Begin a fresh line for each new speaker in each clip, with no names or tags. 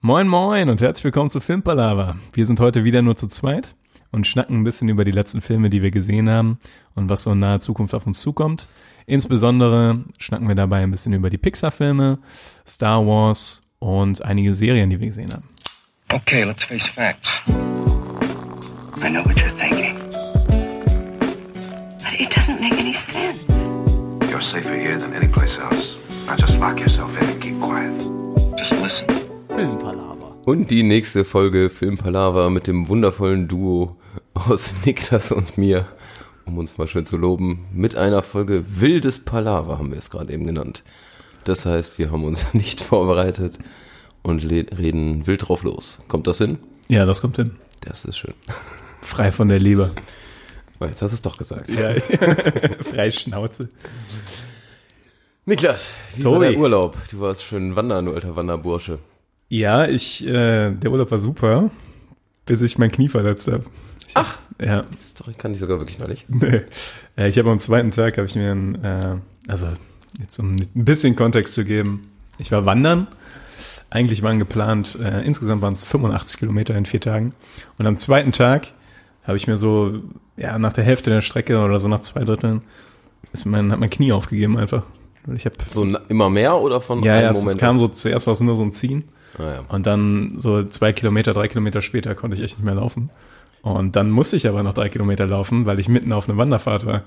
Moin moin und herzlich willkommen zu Filmpalava. Wir sind heute wieder nur zu zweit und schnacken ein bisschen über die letzten Filme, die wir gesehen haben und was so in naher Zukunft auf uns zukommt. Insbesondere schnacken wir dabei ein bisschen über die Pixar-Filme, Star Wars und einige Serien, die wir gesehen haben.
Okay, let's face facts. I know what you're thinking.
But it doesn't make any sense.
You're safer here than anyplace else. Now just lock yourself in and keep quiet.
Just listen.
Und die nächste Folge Filmpalaver mit dem wundervollen Duo aus Niklas und mir, um uns mal schön zu loben, mit einer Folge Wildes Palaver haben wir es gerade eben genannt. Das heißt, wir haben uns nicht vorbereitet und le- reden wild drauf los. Kommt das hin?
Ja, das kommt hin.
Das ist schön.
Frei von der Leber.
Oh, Jetzt hast du es doch gesagt.
Ja, frei Schnauze.
Niklas, wie war
Tobi.
der Urlaub? Du warst schön wandern, du alter Wanderbursche.
Ja, ich, äh, der Urlaub war super, bis ich mein Knie verletzt habe. Ach. Ja,
Die Story kann ich sogar wirklich noch nicht.
Nee. Äh, Ich habe am zweiten Tag, habe ich mir ein, äh, also jetzt um ein bisschen Kontext zu geben, ich war wandern. Eigentlich waren geplant, äh, insgesamt waren es 85 Kilometer in vier Tagen. Und am zweiten Tag habe ich mir so, ja, nach der Hälfte der Strecke oder so nach zwei Dritteln, ist mein, hat mein Knie aufgegeben einfach. Weil Ich habe
So na- immer mehr oder von
ja,
einem
ja, es, es
Moment?
kam so, zuerst war es nur so ein Ziehen.
Ah, ja.
Und dann so zwei Kilometer, drei Kilometer später konnte ich echt nicht mehr laufen. Und dann musste ich aber noch drei Kilometer laufen, weil ich mitten auf einer Wanderfahrt war.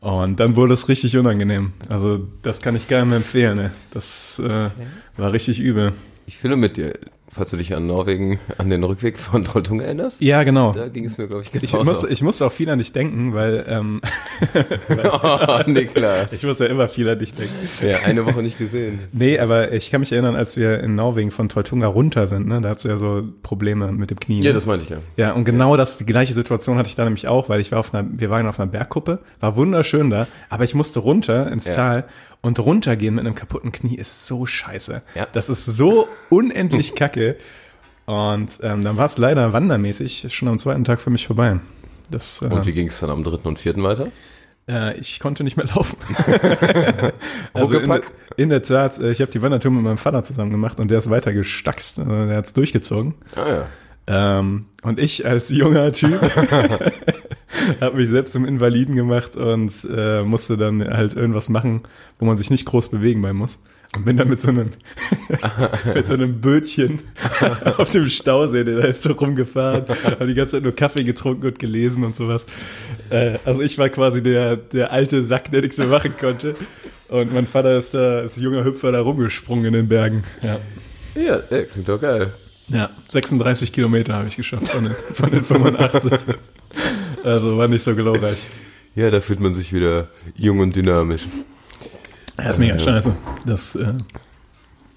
Und dann wurde es richtig unangenehm. Also das kann ich keinem empfehlen. Ne? Das äh, war richtig übel.
Ich fühle mit dir, falls du dich an Norwegen, an den Rückweg von Trolltunga erinnerst.
Ja, genau.
Da ging es mir, glaube ich,
Ich
genauso.
musste, ich musste auch viel an dich denken, weil ähm,
oh, Niklas.
ich muss ja immer viel an dich denken.
Ja, eine Woche nicht gesehen.
Nee, aber ich kann mich erinnern, als wir in Norwegen von Toltunga runter sind, ne? da hat's ja so Probleme mit dem Knie.
Ja,
ne?
das meinte ich ja.
Ja, und genau das, die gleiche Situation hatte ich da nämlich auch, weil ich war auf einer, wir waren auf einer Bergkuppe, war wunderschön da, aber ich musste runter ins
Ja.
Tal und runtergehen mit einem kaputten Knie ist so scheiße.
Ja.
Das ist so unendlich kacke. Und ähm, dann war es leider wandermäßig schon am zweiten Tag für mich vorbei. Das, äh,
Und wie ging es dann am dritten und vierten weiter?
äh, ich konnte nicht mehr laufen. also in,
Huckepack.
in der Tat, äh, ich habe die Wandertour mit meinem Vater zusammen gemacht und der ist weiter gestackst, äh, der hat's durchgezogen.
Ah ja.
Ähm, und ich als junger Typ habe mich selbst zum Invaliden gemacht und äh, musste dann halt irgendwas machen, wo man sich nicht groß bewegen bei muss. Und bin dann mit so einem, mit so einem Bötchen auf dem Stausee, der da ist so rumgefahren, habe die ganze Zeit nur Kaffee getrunken und gelesen und sowas. Äh, also ich war quasi der, der alte Sack, der nichts mehr machen konnte. Und mein Vater ist da als junger Hüpfer da rumgesprungen in den Bergen. Ja.
Ja, ja klingt doch geil.
Ja, 36 Kilometer habe ich geschafft von den, von den 85. Also war nicht so glorreich.
Ja, da fühlt man sich wieder jung und dynamisch.
Das ist mega scheiße. Das, äh,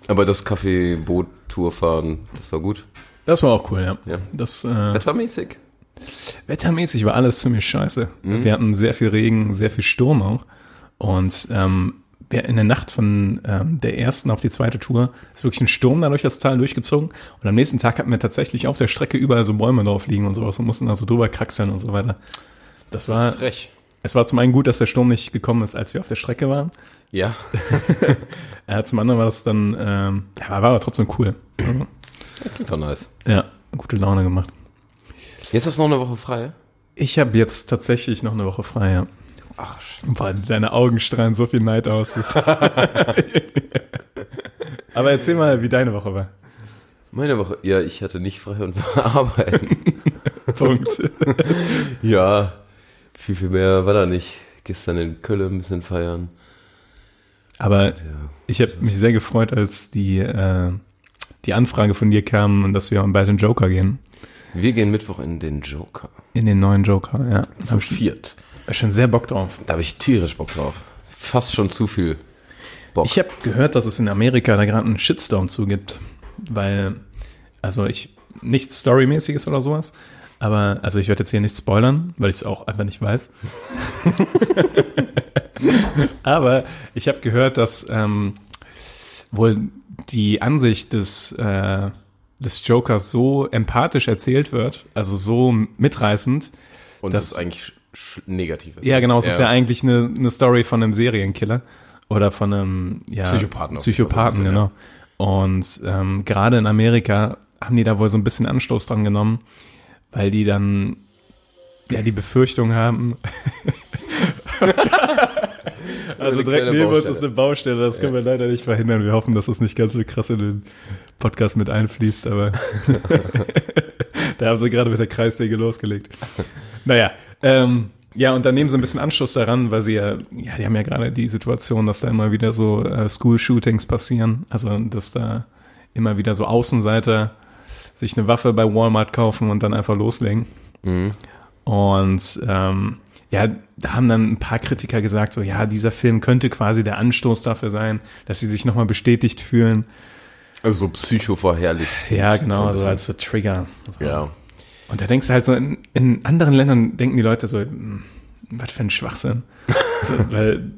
Aber das Kaffee-Boot-Tourfahren, das war gut.
das war auch cool, ja.
Ja.
Das, äh,
Wettermäßig.
wettermäßig war alles ziemlich scheiße. Wir hatten sehr viel Regen, sehr viel Sturm auch. Und ähm, wir- in der Nacht von ähm, der ersten auf die zweite Tour ist wirklich ein Sturm dadurch das Tal durchgezogen. Und am nächsten Tag hatten wir tatsächlich auf der Strecke überall so Bäume drauf liegen und sowas und mussten also drüber kraxeln und so weiter. Das, war,
frech.
es war zum einen gut, dass der Sturm nicht gekommen ist, als wir auf der Strecke waren.
Ja.
Ja, zum anderen war das dann, ähm, ja, war aber trotzdem cool.
Mhm. Klingt doch nice.
Ja, gute Laune gemacht.
Jetzt hast du noch eine Woche frei.
Ich habe jetzt tatsächlich noch eine Woche frei, ja.
Ach, sch-
Boah, deine Augen strahlen so viel Neid aus. Das- aber erzähl mal, wie deine Woche war.
meine Woche. Ja, ich hatte nicht frei und war arbeiten.
Punkt.
ja, viel, viel mehr war da nicht. Gestern in Köln ein bisschen feiern.
Aber ich habe mich sehr gefreut, als die, äh, die Anfrage von dir kam, dass wir bald in den Joker gehen.
Wir gehen Mittwoch in den Joker.
In den neuen Joker, ja. Da
Zum
hab
viert.
ich schon sehr Bock drauf.
Da habe ich tierisch Bock drauf. Fast schon zu viel.
Ich habe gehört, dass es in Amerika da gerade einen Shitstorm zugibt, weil, also ich, nichts Storymäßiges oder sowas, aber, also ich werde jetzt hier nichts spoilern, weil ich es auch einfach nicht weiß. aber ich habe gehört, dass ähm, wohl die Ansicht des, äh, des Jokers so empathisch erzählt wird, also so mitreißend,
Und
Das-
das, ist eigentlich sch- negativ ist. ne?
ja, genau. Es ist ja eigentlich eine, eine Story von einem Serienkiller oder von einem ja,
Psychopathen auf jeden Fall
Psychopathen,
so ein bisschen,
genau. Und ähm, gerade in Amerika haben die da wohl so ein bisschen Anstoß dran genommen, weil die dann ja die Befürchtung haben. also
Eine
direkt
kleine
neben uns
Baustelle.
ist eine Baustelle, das können wir leider nicht verhindern. Wir hoffen, dass das nicht ganz so krass in den Podcast mit einfließt, aber da haben sie gerade mit der Kreissäge losgelegt. Naja, ähm, ja, und dann nehmen sie ein bisschen Anschluss daran, weil sie ja, ja, die haben ja gerade die Situation, dass da immer wieder so äh, School-Shootings passieren. Also, dass da immer wieder so Außenseiter sich eine Waffe bei Walmart kaufen und dann einfach loslegen. Und ähm, ja, da haben dann ein paar Kritiker gesagt, so ja, dieser Film könnte quasi der Anstoß dafür sein, dass sie sich nochmal bestätigt fühlen.
Also so psychoverherrlicht.
Ja, genau,
So ein
also
bisschen.
als so Trigger. So.
Ja.
Und da denkst du halt so, in, in anderen Ländern denken die Leute so, "Hm, was für ein Schwachsinn. so, weil,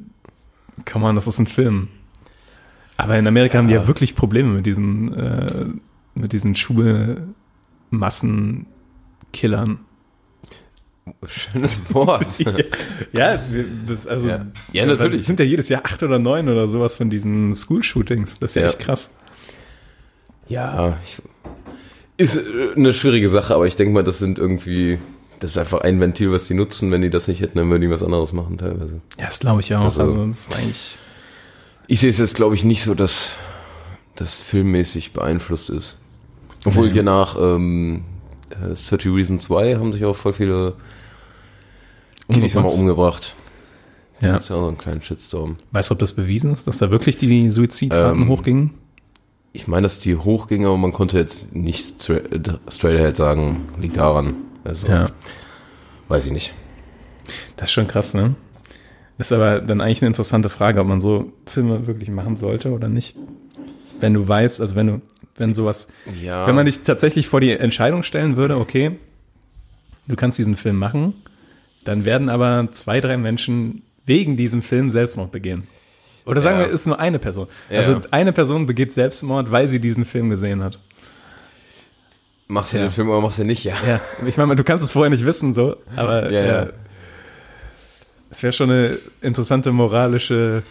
come on, das ist ein Film. Aber in Amerika haben die ja wirklich Probleme mit diesen, äh, mit diesen Schulmassenkillern.
Schönes Wort.
Ja, das, also,
Ja. Ja, natürlich.
Es sind ja jedes Jahr acht oder neun oder sowas von diesen School-Shootings. Das ist ja,
Ja.
echt krass.
Ja, Ah, ich, ist äh, eine schwierige Sache, aber ich denke mal, das sind irgendwie, das ist einfach ein Ventil, was die nutzen. Wenn die das nicht hätten, dann würden die was anderes machen teilweise.
Ja, das glaube ich auch. Also,
Also-
das ist eigentlich.
Ich sehe es jetzt, glaube ich, nicht so, dass das filmmäßig beeinflusst ist. Obwohl hier nach ähm, äh, 30 Reasons Why haben sich auch voll viele Kiddies nochmal umgebracht.
Ja.
Das ist ja auch so ein kleinen Shitstorm.
Weißt du, ob das bewiesen ist, dass da wirklich die Suizidraten
Ähm,
hochgingen?
Ich meine, dass die hochging, aber man konnte jetzt nicht straight, äh, straight ahead sagen, liegt daran. Also,
Ja.
weiß ich nicht.
Das ist schon krass, ne? Ist aber dann eigentlich eine interessante Frage, ob man so Filme wirklich machen sollte oder nicht. Wenn du weißt, also wenn du, wenn sowas,
Ja.
wenn man dich tatsächlich vor die Entscheidung stellen würde, okay, du kannst diesen Film machen, dann werden aber zwei, drei Menschen wegen diesem Film Selbstmord begehen. Oder sagen
Ja.
wir, ist nur eine Person. Also
Ja.
eine Person begeht Selbstmord, weil sie diesen Film gesehen hat.
Machst du
Ja.
den Film oder machst du den nicht? Ja.
Ja, ich meine, du kannst es vorher nicht wissen, so, aber
Ja, ja.
äh, es wäre schon eine interessante moralische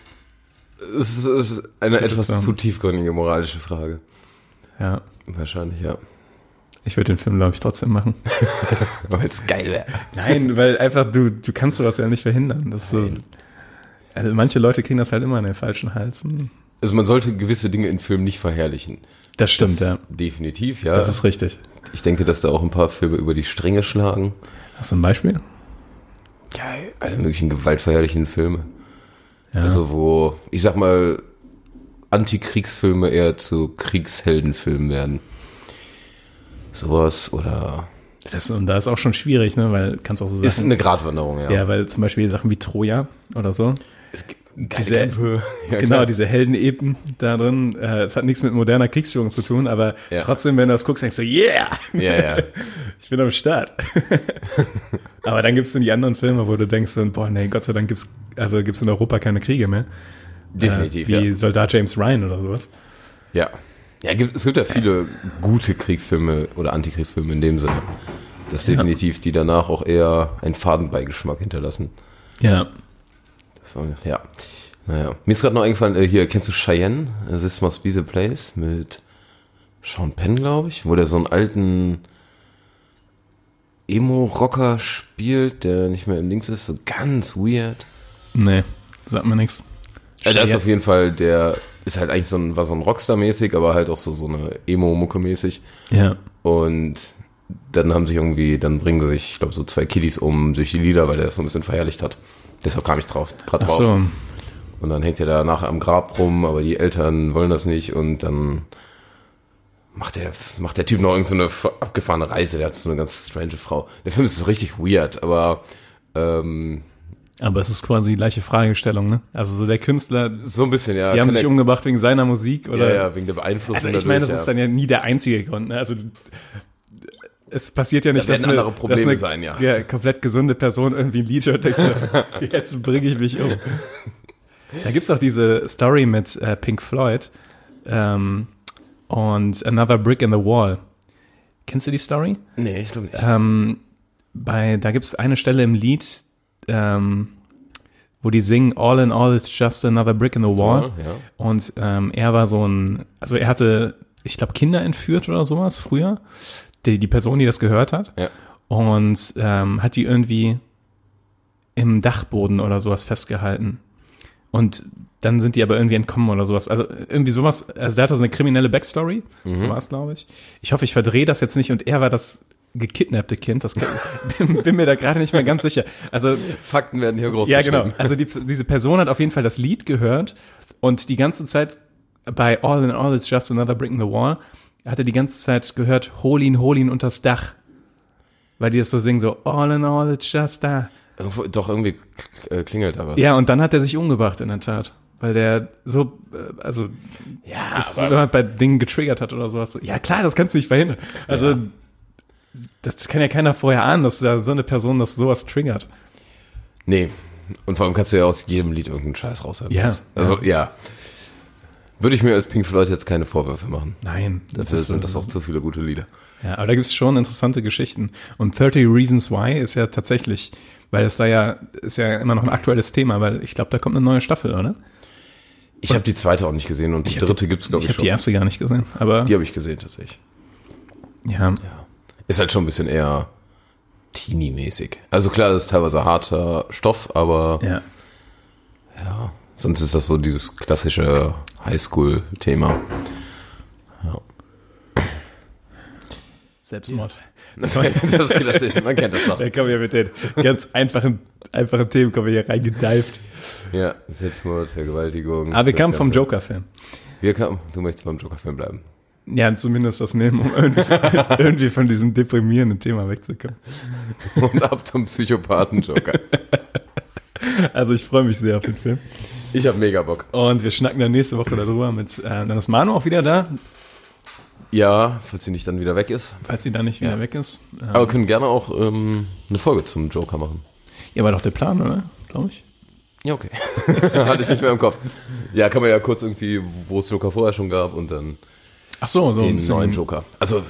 Es ist, es ist eine etwas
zusammen.
zu tiefgründige moralische Frage.
Ja,
Wahrscheinlich, ja.
ich würde den Film, glaube ich, trotzdem machen.
Weil es geil wäre.
Nein, weil einfach du, du kannst sowas ja nicht verhindern. Das ist so, also manche Leute kriegen das halt immer in den falschen Hals.
Also man sollte gewisse Dinge in Filmen nicht verherrlichen.
Das äh, stimmt,
Das
ja.
Definitiv, ja.
Das ist richtig.
ich denke, dass da auch ein paar Filme über die Stränge schlagen.
Hast du ein Beispiel?
Ja, alle möglichen gewaltverherrlichen Filme.
Ja.
Also wo, ich sag mal, Antikriegsfilme eher zu Kriegsheldenfilmen werden. Sowas oder...
das, und da ist auch schon schwierig, ne? Weil kannst auch so
Ist
Sachen.
eine Gratwanderung, ja.
ja, weil zum Beispiel Sachen wie Troja oder so.
es gibt geile
diese-
Kämpfe. Ja,
genau,
klar.
diese Heldenepen da drin. Äh, es hat nichts mit moderner Kriegsführung zu tun, aber
Ja.
trotzdem, wenn du das guckst, denkst du, yeah!
Ja, ja.
Ich bin am Start. Aber dann gibt's dann die anderen Filme, wo du denkst, so, boah, nee, Gott sei Dank gibt's, also gibt's in Europa keine Kriege mehr.
Definitiv,
Äh, wie
ja.
Soldat James Ryan oder sowas.
Ja. Ja, gibt, es gibt ja viele gute Kriegsfilme oder Antikriegsfilme in dem Sinne. Das definitiv, die danach auch eher einen Fadenbeigeschmack hinterlassen.
Ja.
Das war, ja. Naja. Mir ist gerade noch eingefallen, äh, hier, kennst du Cheyenne? Äh, This Must Be the Place mit Sean Penn, glaube ich, wo der so einen alten Emo-Rocker spielt, der nicht mehr im Links ist, so ganz weird.
Nee, sagt mir nichts.
Ja, der ist
Cheyenne.
auf jeden Fall, der ist halt eigentlich so ein, war so ein Rockstar-mäßig, aber halt auch so, so eine Emo-Mucke-mäßig.
Ja.
Und dann haben sich irgendwie, dann bringen sie sich, ich glaube, so zwei Kiddies um durch die Lieder, weil der das so ein bisschen verherrlicht hat. Deshalb kam ich drauf, gerade
Ach
drauf.
so.
Und dann hängt er da nachher am Grab rum, aber die Eltern wollen das nicht und dann macht der, macht der Typ noch irgendeine so eine abgefahrene Reise, der hat so eine ganz strange Frau. Der Film ist richtig weird, aber ähm,
Aber es ist quasi die gleiche Fragestellung, ne? Also so der Künstler, die
so ein bisschen, ja. kann
haben sich
der,
umgebracht wegen seiner Musik oder.
ja, ja, wegen der Beeinflussung.
Also ich meine, das
dadurch,
ist
ja.
dann ja nie der einzige Grund. Ne? Also es passiert ja nicht,
Da werden
dass eine,
andere Probleme
dass eine
sein, ja.
komplett gesunde Person irgendwie ein Lied hört. denkst du, Jetzt bringe ich mich um. Da gibt's doch diese Story mit äh, Pink Floyd ähm, und Another Brick in the Wall. Kennst du die Story?
Nee, ich glaube
Äh,
nicht.
Ähm, bei, da gibt's eine Stelle im Lied, ähm, wo die singen All in All is just another brick in the wall.
Ja.
Und ähm, er war so ein, also er hatte, ich glaube, Kinder entführt oder sowas früher. Die, die Person, die das gehört hat.
Ja.
Und ähm, hat die irgendwie im Dachboden oder sowas festgehalten. Und dann sind die aber irgendwie entkommen oder sowas. Also irgendwie sowas, also der hatte so eine kriminelle Backstory. So war es, glaube ich. Ich hoffe, ich verdrehe das jetzt nicht und er war das gekidnappte Kind. Das kann, bin, bin mir da gerade nicht mehr ganz sicher. Also
Fakten werden hier groß
ja, genau. Also die, diese Person hat auf jeden Fall das Lied gehört und die ganze Zeit bei All in All It's Just Another Brick in the Wall hat er die ganze Zeit gehört, hol ihn, hol ihn unters Dach. Weil die das so singen, so All in All It's Just da.
Irgendwo- Doch irgendwie k- äh, klingelt da was.
Ja, und dann hat er sich umgebracht in der Tat. Weil der so, äh, also, ja, das
aber-
immer bei Dingen getriggert hat oder sowas. Ja, klar, das kannst du nicht verhindern. Also, das kann ja keiner vorher ahnen, dass da so eine Person das sowas triggert.
Nee. Und vor allem kannst du ja aus jedem Lied irgendeinen Scheiß raushören.
Ja.
Also, ja. Würde ich mir als Pink Floyd jetzt keine Vorwürfe machen.
Nein,
Das, ist, sind das auch zu viele gute Lieder.
Ja, aber da gibt's schon interessante Geschichten. Und 30 Reasons Why ist ja tatsächlich, weil es da ja, ist ja immer noch ein aktuelles Thema, weil ich glaube, da kommt eine neue Staffel, oder?
Ich habe die zweite auch nicht gesehen und die dritte gibt's glaube
Ich
ich,
habe
schon.
die erste gar nicht gesehen, aber
Die
ja.
habe ich gesehen tatsächlich.
ja.
Ist halt schon ein bisschen eher Teenie-mäßig. Also klar, das ist teilweise harter Stoff, aber sonst ist das so dieses klassische Highschool-Thema.
Selbstmord.
Das klassische, man kennt das doch.
Da kommen wir mit den ganz einfachen, einfachen Themen, kommen wir hier reingedeift.
Ja, Selbstmord, Vergewaltigung.
Aber wir
das
kamen vom
Ganze.
Joker-Film.
Wir kamen, du möchtest beim Joker-Film bleiben.
Ja, zumindest das nehmen, um irgendwie, irgendwie von diesem deprimierenden Thema wegzukommen.
Und ab zum Psychopathen-Joker.
Also ich freue mich sehr auf den Film.
Ich habe mega Bock.
Und wir schnacken dann nächste Woche darüber mit, äh, dann ist Manu auch wieder da,
Ja, falls sie nicht dann wieder weg ist.
falls sie dann nicht wieder weg ist. Ähm,
Aber wir können gerne auch ähm, eine Folge zum Joker machen.
Ja, war doch der Plan, oder? Glaube ich.
Ja, okay. Hatte ich nicht mehr im Kopf. Ja, kann man ja kurz irgendwie, wo es Joker vorher schon gab und dann
Ach so, so ein
den
bisschen-
neuen Joker. Also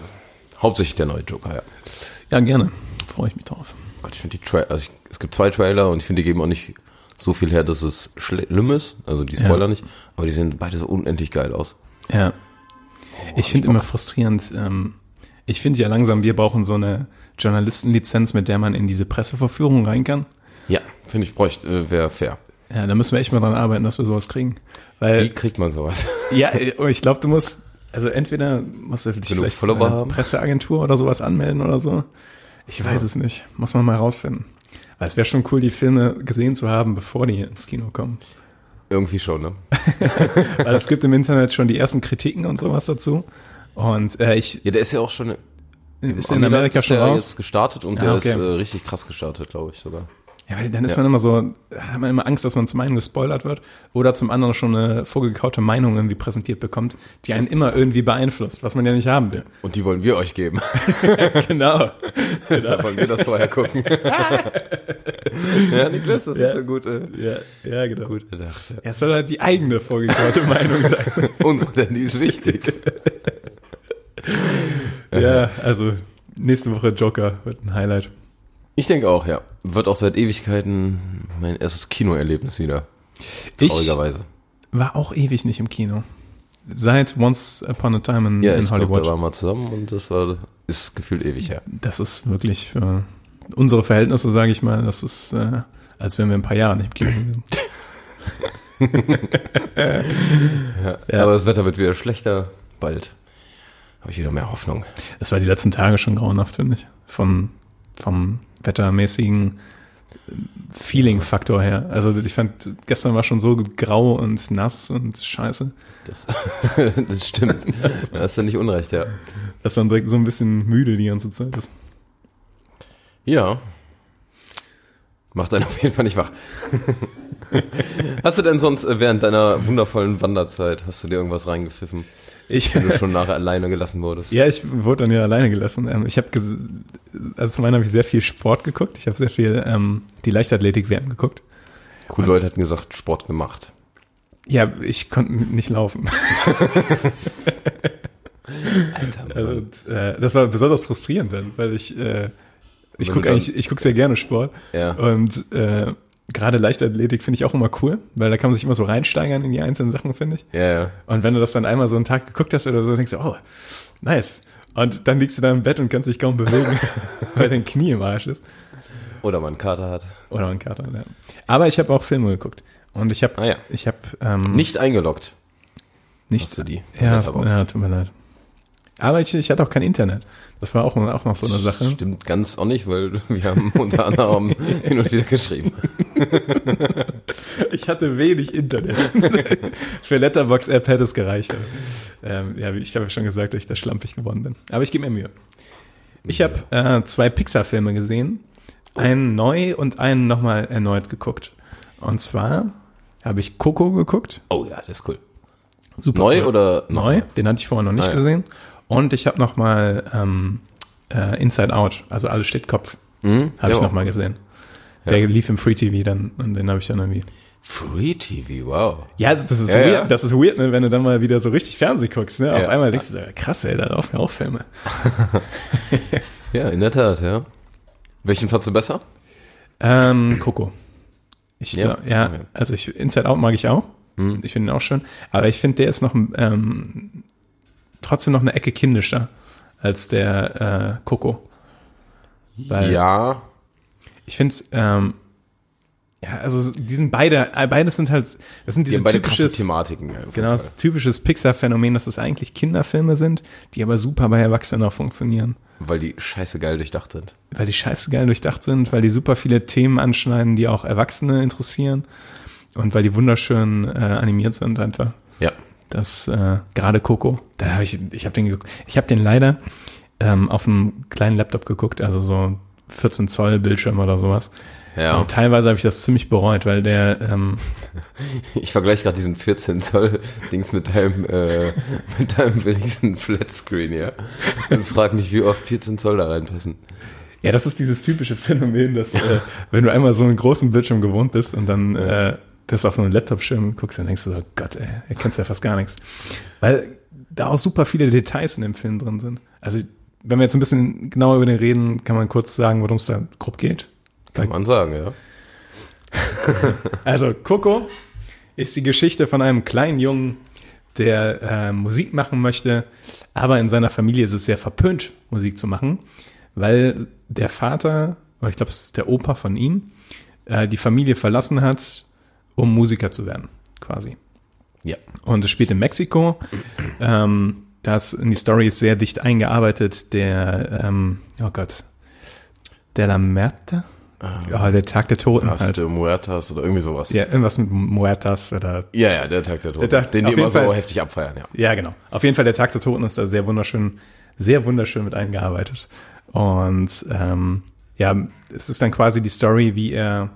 hauptsächlich der neue Joker, ja. Oh
Ja, gerne. Freue ich mich drauf.
Gott, ich finde die Trailer, also ich, es gibt zwei Trailer und ich finde, die geben auch nicht so viel her, dass es schlimm ist. Also die Spoiler nicht, aber die sehen beide so unendlich geil aus.
Ja.
Oh,
ich finde immer frustrierend, ähm, ich finde ja langsam, wir brauchen so eine Journalistenlizenz, mit der man in diese Presseverführung rein kann.
Ja, finde ich, bräuchte, äh, wäre fair.
Ja, da müssen wir echt mal dran arbeiten, dass wir sowas kriegen.
Wie
Weil,
kriegt man sowas?
ja, äh, ich glaube, du musst, also entweder musst du dich
du
vielleicht
Follower
bei einer
haben?
Presseagentur oder sowas anmelden oder so. Ich weiß es nicht. Muss man mal rausfinden. Weil es wäre schon cool, die Filme gesehen zu haben, bevor die ins Kino kommen.
Irgendwie schon, ne?
Weil es gibt im Internet schon die ersten Kritiken und sowas dazu. Und äh, ich
Ja, der ist ja auch schon
ist in Amerika
ist
schon
der
raus.
jetzt gestartet und
Ja,
der
okay.
ist äh, richtig krass gestartet, glaube ich sogar.
Ja, weil dann ist
Ja.
man immer so, hat man immer Angst, dass man zum einen gespoilert wird oder zum anderen schon eine vorgekaute Meinung irgendwie präsentiert bekommt, die einen immer irgendwie beeinflusst, was man ja nicht haben will.
Und die wollen wir euch geben.
Genau.
Deshalb wollen wir das vorher gucken. ja, Niklas, das ist so gut. Äh,
Ja, ja genau. Gut.
gut gedacht. Ja.
Ja, es soll halt die eigene vorgekaute Meinung sein.
Unsere, denn die ist wichtig.
Ja, also nächste Woche Joker wird ein Highlight.
Ich denke auch, ja. Wird auch seit Ewigkeiten mein erstes Kinoerlebnis wieder. Traurigerweise.
Ich war auch ewig nicht im Kino. Seit Once Upon a Time in,
ja,
in
ich glaube,
Hollywood.
da waren wir zusammen und das war, ist gefühlt ewig her.
das ist wirklich für unsere Verhältnisse, sage ich mal, das ist, äh, als wären wir ein paar Jahre nicht im Kino gewesen. Ja.
Aber das Wetter wird wieder schlechter. Bald. Habe ich wieder mehr Hoffnung.
Das war die letzten Tage schon grauenhaft, finde ich. Vom, vom wettermäßigen äh, Feeling-Faktor her. Also ich fand, gestern war schon so grau und nass und scheiße,
Das, das stimmt. Da hast du nicht unrecht, ja.
dass man direkt so ein bisschen müde die ganze Zeit ist.
Ja. Macht einen auf jeden Fall nicht wach. hast du denn sonst äh, während deiner wundervollen Wanderzeit, hast du dir irgendwas reingepfiffen,
Ich,
wenn du schon nachher alleine gelassen wurdest?
ja, ich wurde dann ja alleine gelassen. Ähm, Ich habe, ges- also zum einen habe ich sehr viel Sport geguckt. Ich habe sehr viel ähm, die Leichtathletik-WM geguckt.
Coole Leute hatten gesagt, Sport gemacht.
Ja, ich konnte nicht laufen.
Alter,
Also, äh, das war besonders frustrierend dann, weil ich, äh, ich
Wenn
gucke
du dann-
eigentlich, ich gucke sehr gerne Sport.
Ja.
Und äh, gerade Leichtathletik finde ich auch immer cool, weil da kann man sich immer so reinsteigern in die einzelnen Sachen, finde ich.
Ja, ja.
Und wenn du das dann einmal so einen Tag geguckt hast oder so, denkst du, oh, nice. Und dann liegst du da im Bett und kannst dich kaum bewegen, weil dein Knie im Arsch ist.
Oder man einen Kater hat.
Oder ein Kater. Ja. Aber ich habe auch Filme geguckt. Und ich habe,
Ah ja.
ich habe ähm,
Nicht eingeloggt.
nichts
Hast du die?
Ja, es-
Letterboxd.
ja, tut mir leid. Aber ich, ich hatte auch kein Internet. Das war auch, auch noch so eine Sache.
Stimmt ganz auch nicht, weil wir haben unter anderem hin und wieder geschrieben.
Ich hatte wenig Internet. Für Letterbox-App hätte es gereicht. Aber, ähm, ja, ich habe ja schon gesagt, dass ich da schlampig geworden bin. Aber ich gebe mir Mühe. Ich habe äh, zwei Pixar-Filme gesehen.
Oh.
Einen neu und einen nochmal erneut geguckt. Und zwar habe ich Coco geguckt.
Oh ja, das ist cool.
Super
Neu
cool.
oder noch?
Neu, den hatte ich vorher noch nicht
Ah, ja.
gesehen. Und ich habe nochmal ähm, äh, Inside Out, also alles steht Kopf,
Hm?
habe ich
Ja.
nochmal gesehen. Der lief im Free TV dann und den habe ich dann irgendwie.
Free TV, wow.
Ja, das ist
Ja,
weird,
ja.
das ist weird, ne, wenn du dann mal wieder so richtig Fernsehen guckst. Ne? Auf
Ja.
einmal denkst du, so, krass, ey, da laufen ja auch Filme.
Ja, in der Tat, ja. Welchen fandst du besser?
Ähm, Coco. Ich
Ja,
ja, ja
okay. Hm.
also ich, Inside Out mag ich auch. Ich finde ihn auch schön. Aber ich finde, der ist noch ein, ähm, trotzdem noch eine Ecke kindischer als der äh, Coco. Weil
ja.
ich finde, ähm, ja, also die sind beide, äh, beides sind halt, das sind
Die
diese
haben beide krasse
typisches,
Thematiken. ja, auf jeden
genau,
Fall.
das typisches Pixar-Phänomen, dass es eigentlich Kinderfilme sind, die aber super bei Erwachsenen auch funktionieren.
Weil die scheiße geil durchdacht sind.
weil die scheiße geil durchdacht sind, weil die super viele Themen anschneiden, die auch Erwachsene interessieren und weil die wunderschön äh, animiert sind einfach.
Ja.
Das äh, gerade Coco, da habe ich ich habe den geguckt. ich habe den leider ähm, auf einem kleinen Laptop geguckt, also so 14 Zoll Bildschirm oder sowas.
Ja.
Und teilweise habe ich das ziemlich bereut, weil der ähm,
Ich vergleiche gerade diesen 14 Zoll Dings mit deinem äh, mit deinem riesen Flatscreen, ja. Und frag mich, wie oft 14 Zoll da reinpassen.
Ja, das ist dieses typische Phänomen, dass äh, wenn du einmal so einen großen Bildschirm gewohnt bist und dann äh, das auf so einen Laptop-Schirm guckst, dann denkst du so, oh Gott, ey, erkennst ja fast gar nichts. Weil da auch super viele Details in dem Film drin sind. Also wenn wir jetzt ein bisschen genauer über den reden, kann man kurz sagen, worum es da grob geht.
Kann man sagen, ja.
Also Coco ist die Geschichte von einem kleinen Jungen, der äh, Musik machen möchte, aber in seiner Familie ist es sehr verpönt, Musik zu machen, weil der Vater, oder ich glaube, es ist der Opa von ihm, äh, die Familie verlassen hat, um Musiker zu werden, quasi.
Ja.
Und es spielt in Mexiko. Ähm, das in die Story ist sehr dicht eingearbeitet. Der, ähm, oh Gott, De la Muerte? Ja, der Tag der Toten. halt.
Hast du Muertas oder irgendwie sowas.
Ja, irgendwas mit Muertas oder.
ja, ja, der Tag der Toten.
Der Tag-
den die
auf
immer
jeden
so
Fall.
heftig abfeiern, ja.
Ja, genau. Auf jeden Fall, der Tag der Toten ist da sehr wunderschön, sehr wunderschön mit eingearbeitet. Und ähm, ja, es ist dann quasi die Story, wie er.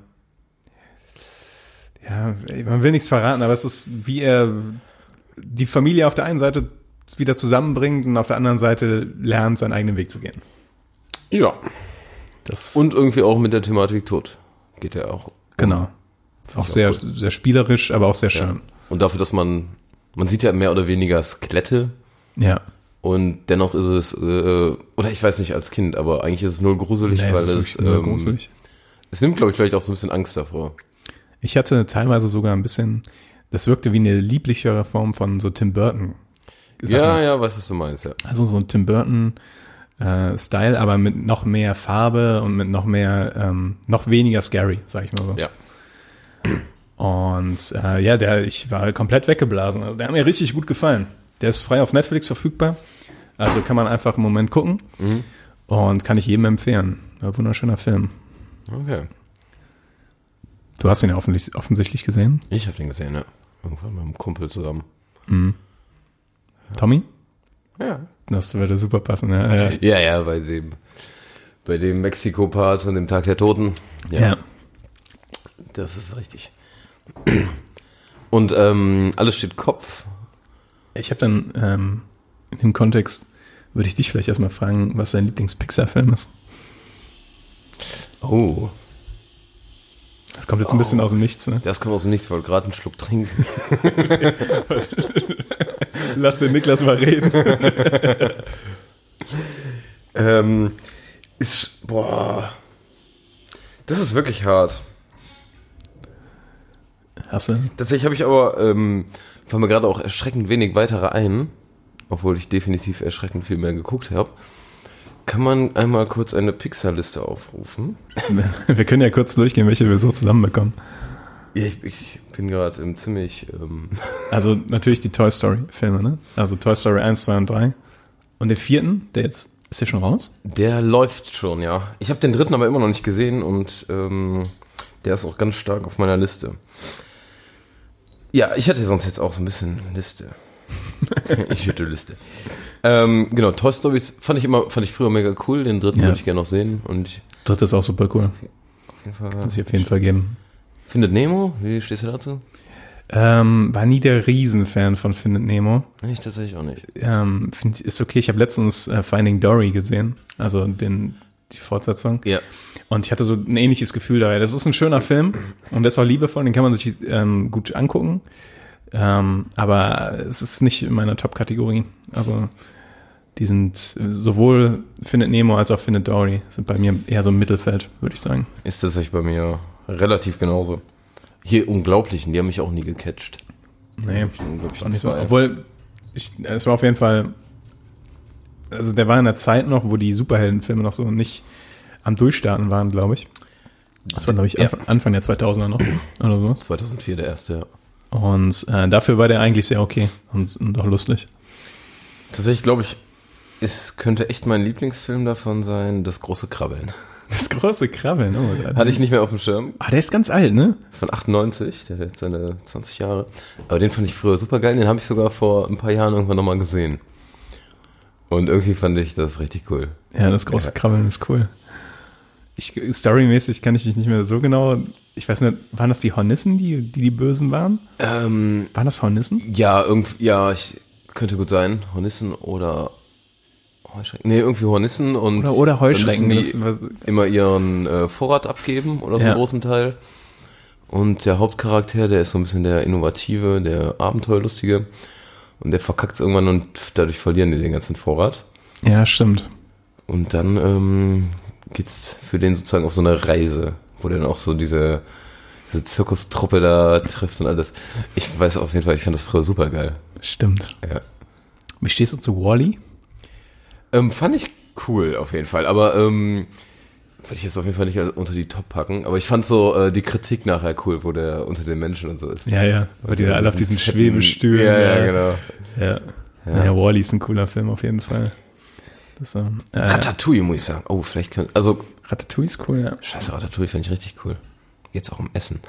Ja, man will nichts verraten, aber es ist, wie er die Familie auf der einen Seite wieder zusammenbringt und auf der anderen Seite lernt, seinen eigenen Weg zu gehen.
Ja.
Das
Und irgendwie auch mit der Thematik Tod. Geht ja auch.
genau. Auch sehr, sehr spielerisch, aber auch sehr schön.
Und dafür, dass man, man sieht ja mehr oder weniger Skelette
Ja.
und dennoch ist es, äh, oder ich weiß nicht, als Kind, aber eigentlich ist es null gruselig,
Nee, es
weil
ist
es,
wirklich nur
ähm,
gruselig.
es nimmt, glaube ich, vielleicht auch so ein bisschen Angst davor.
Ich hatte teilweise sogar ein bisschen, das wirkte wie eine lieblichere Form von so Tim Burton. Sachen.
Ja, ja, weißt was du meinst, ja.
Also so ein Tim Burton äh, Style, aber mit noch mehr Farbe und mit noch mehr, ähm, noch weniger scary, sag ich mal so.
Ja.
Und äh, ja, der, ich war komplett weggeblasen. Also, der hat mir richtig gut gefallen. Der ist frei auf Netflix verfügbar. Also kann man einfach im Moment gucken.
Mhm.
Und kann ich jedem empfehlen. Ein wunderschöner Film.
Okay.
Du hast ihn ja offensichtlich, offensichtlich gesehen.
Ich habe den gesehen, ja. Irgendwann mit einem Kumpel zusammen.
Tommy?
Ja.
Das würde super passen. Ja, ja.
Ja, ja, bei dem, bei dem Mexiko-Part und dem Tag der Toten.
ja.
Das ist richtig. Und ähm, alles steht Kopf.
Ich habe dann ähm, in dem Kontext, würde ich dich vielleicht erstmal fragen, was dein Lieblings-Pixar-Film ist.
Oh.
Das kommt jetzt ein bisschen aus dem Nichts, ne?
Das kommt aus dem Nichts, weil gerade einen Schluck trinken.
Lass den Niklas mal reden.
ähm, ist, boah. Das ist wirklich hart.
Hast du?
Tatsächlich habe ich aber, ähm, fallen mir gerade auch erschreckend wenig weitere ein, obwohl ich definitiv erschreckend viel mehr geguckt habe. Kann man einmal kurz eine Pixar-Liste aufrufen?
Wir können ja kurz durchgehen, welche wir so zusammenbekommen.
Ja, ich, ich bin gerade im ziemlich. Ähm,
Also natürlich die Toy Story-Filme, ne? Also Toy Story 1, 2 und 3. Und den vierten, der jetzt, ist der schon raus?
der läuft schon, ja. Ich habe den dritten aber immer noch nicht gesehen und ähm, der ist auch ganz stark auf meiner Liste. Ja, ich hätte sonst jetzt auch so ein bisschen Liste. ich hätte Liste. Ähm, genau, Toy Stories fand ich immer, fand ich früher mega cool. Den dritten
Ja.
würde ich gerne noch sehen. Und ich,
Dritte ist auch super cool.
auf jeden Fall-
Muss ich auf jeden Fall geben.
Äh, Findet Nemo? Wie stehst du dazu?
Ähm, war nie der Riesenfan von Findet Nemo.
Nee, ich tatsächlich auch nicht.
Ähm, find, ist okay, ich habe letztens äh, Finding Dory gesehen, also den, die Fortsetzung.
Ja.
Und ich hatte so ein ähnliches Gefühl dabei. Das ist ein schöner Film und der ist auch liebevoll, den kann man sich ähm, gut angucken. Ähm, aber es ist nicht in meiner Top-Kategorie. Also die sind äh, sowohl Findet Nemo als auch Findet Dory sind bei mir eher so im Mittelfeld, würde ich sagen.
Ist tatsächlich bei mir relativ genauso. Hier Unglaublichen, die haben mich auch nie gecatcht.
Nee,
glaub ich,
ist auch nicht so.
zwei.
Obwohl, ich, es war auf jeden Fall, also der war in der Zeit noch, wo die Superheldenfilme noch so nicht am Durchstarten waren, glaube ich. Das war, glaube ich,
Ja.
Anfang, Anfang der 2000er noch oder sowas.
2004 der erste. ja.
Und äh, dafür war der eigentlich sehr okay und, und auch lustig.
Tatsächlich glaube ich, es könnte echt mein Lieblingsfilm davon sein, Das große Krabbeln.
Das große Krabbeln, oh,
Hatte ich nicht mehr auf dem Schirm.
Ah, der ist ganz alt, ne?
Von 98, der hat jetzt seine 20 Jahre. Aber den fand ich früher super geil. Den habe ich sogar vor ein paar Jahren irgendwann nochmal gesehen. Und irgendwie fand ich das richtig cool.
Ja, das große Krabbeln ist cool. Ich, storymäßig kann ich mich nicht mehr so genau. Ich weiß nicht, waren das die Hornissen, die die, die Bösen waren?
Ähm,
Waren das Hornissen?
Ja, irgendwie, ja, ich, könnte gut sein. Hornissen oder Heuschrecken. Nee, irgendwie Hornissen und.
Oder, oder Heuschrecken?
dann
Das,
müssen Die
was,
immer ihren äh, Vorrat abgeben oder so
Ja.
einen großen Teil. Und der Hauptcharakter, der ist so ein bisschen der Innovative, der Abenteuerlustige. Und der verkackt es irgendwann und dadurch verlieren die den ganzen Vorrat.
ja, stimmt.
Und dann ähm, geht's für den sozusagen auf so eine Reise, wo der dann auch so diese, diese Zirkustruppe da trifft und alles. Ich weiß auf jeden Fall, ich fand das früher super geil.
Stimmt.
Ja.
Wie stehst du zu Wally?
Ähm, fand ich cool auf jeden Fall, aber ähm, würde ich jetzt auf jeden Fall nicht als- unter die Top packen. Aber ich fand so äh, die Kritik nachher cool, wo der unter den Menschen und so ist.
Ja, ja. Weil die da alle auf diesen
fetten-
Schwebestühlen.
Ja, ja, genau.
Ja, ja. Wally ist ein cooler Film auf jeden Fall. Das, ähm, äh,
Ratatouille muss ich sagen. Oh, vielleicht können. Also
Ratatouille ist cool, ja.
Scheiße, Ratatouille fand ich richtig cool. Geht's auch um Essen.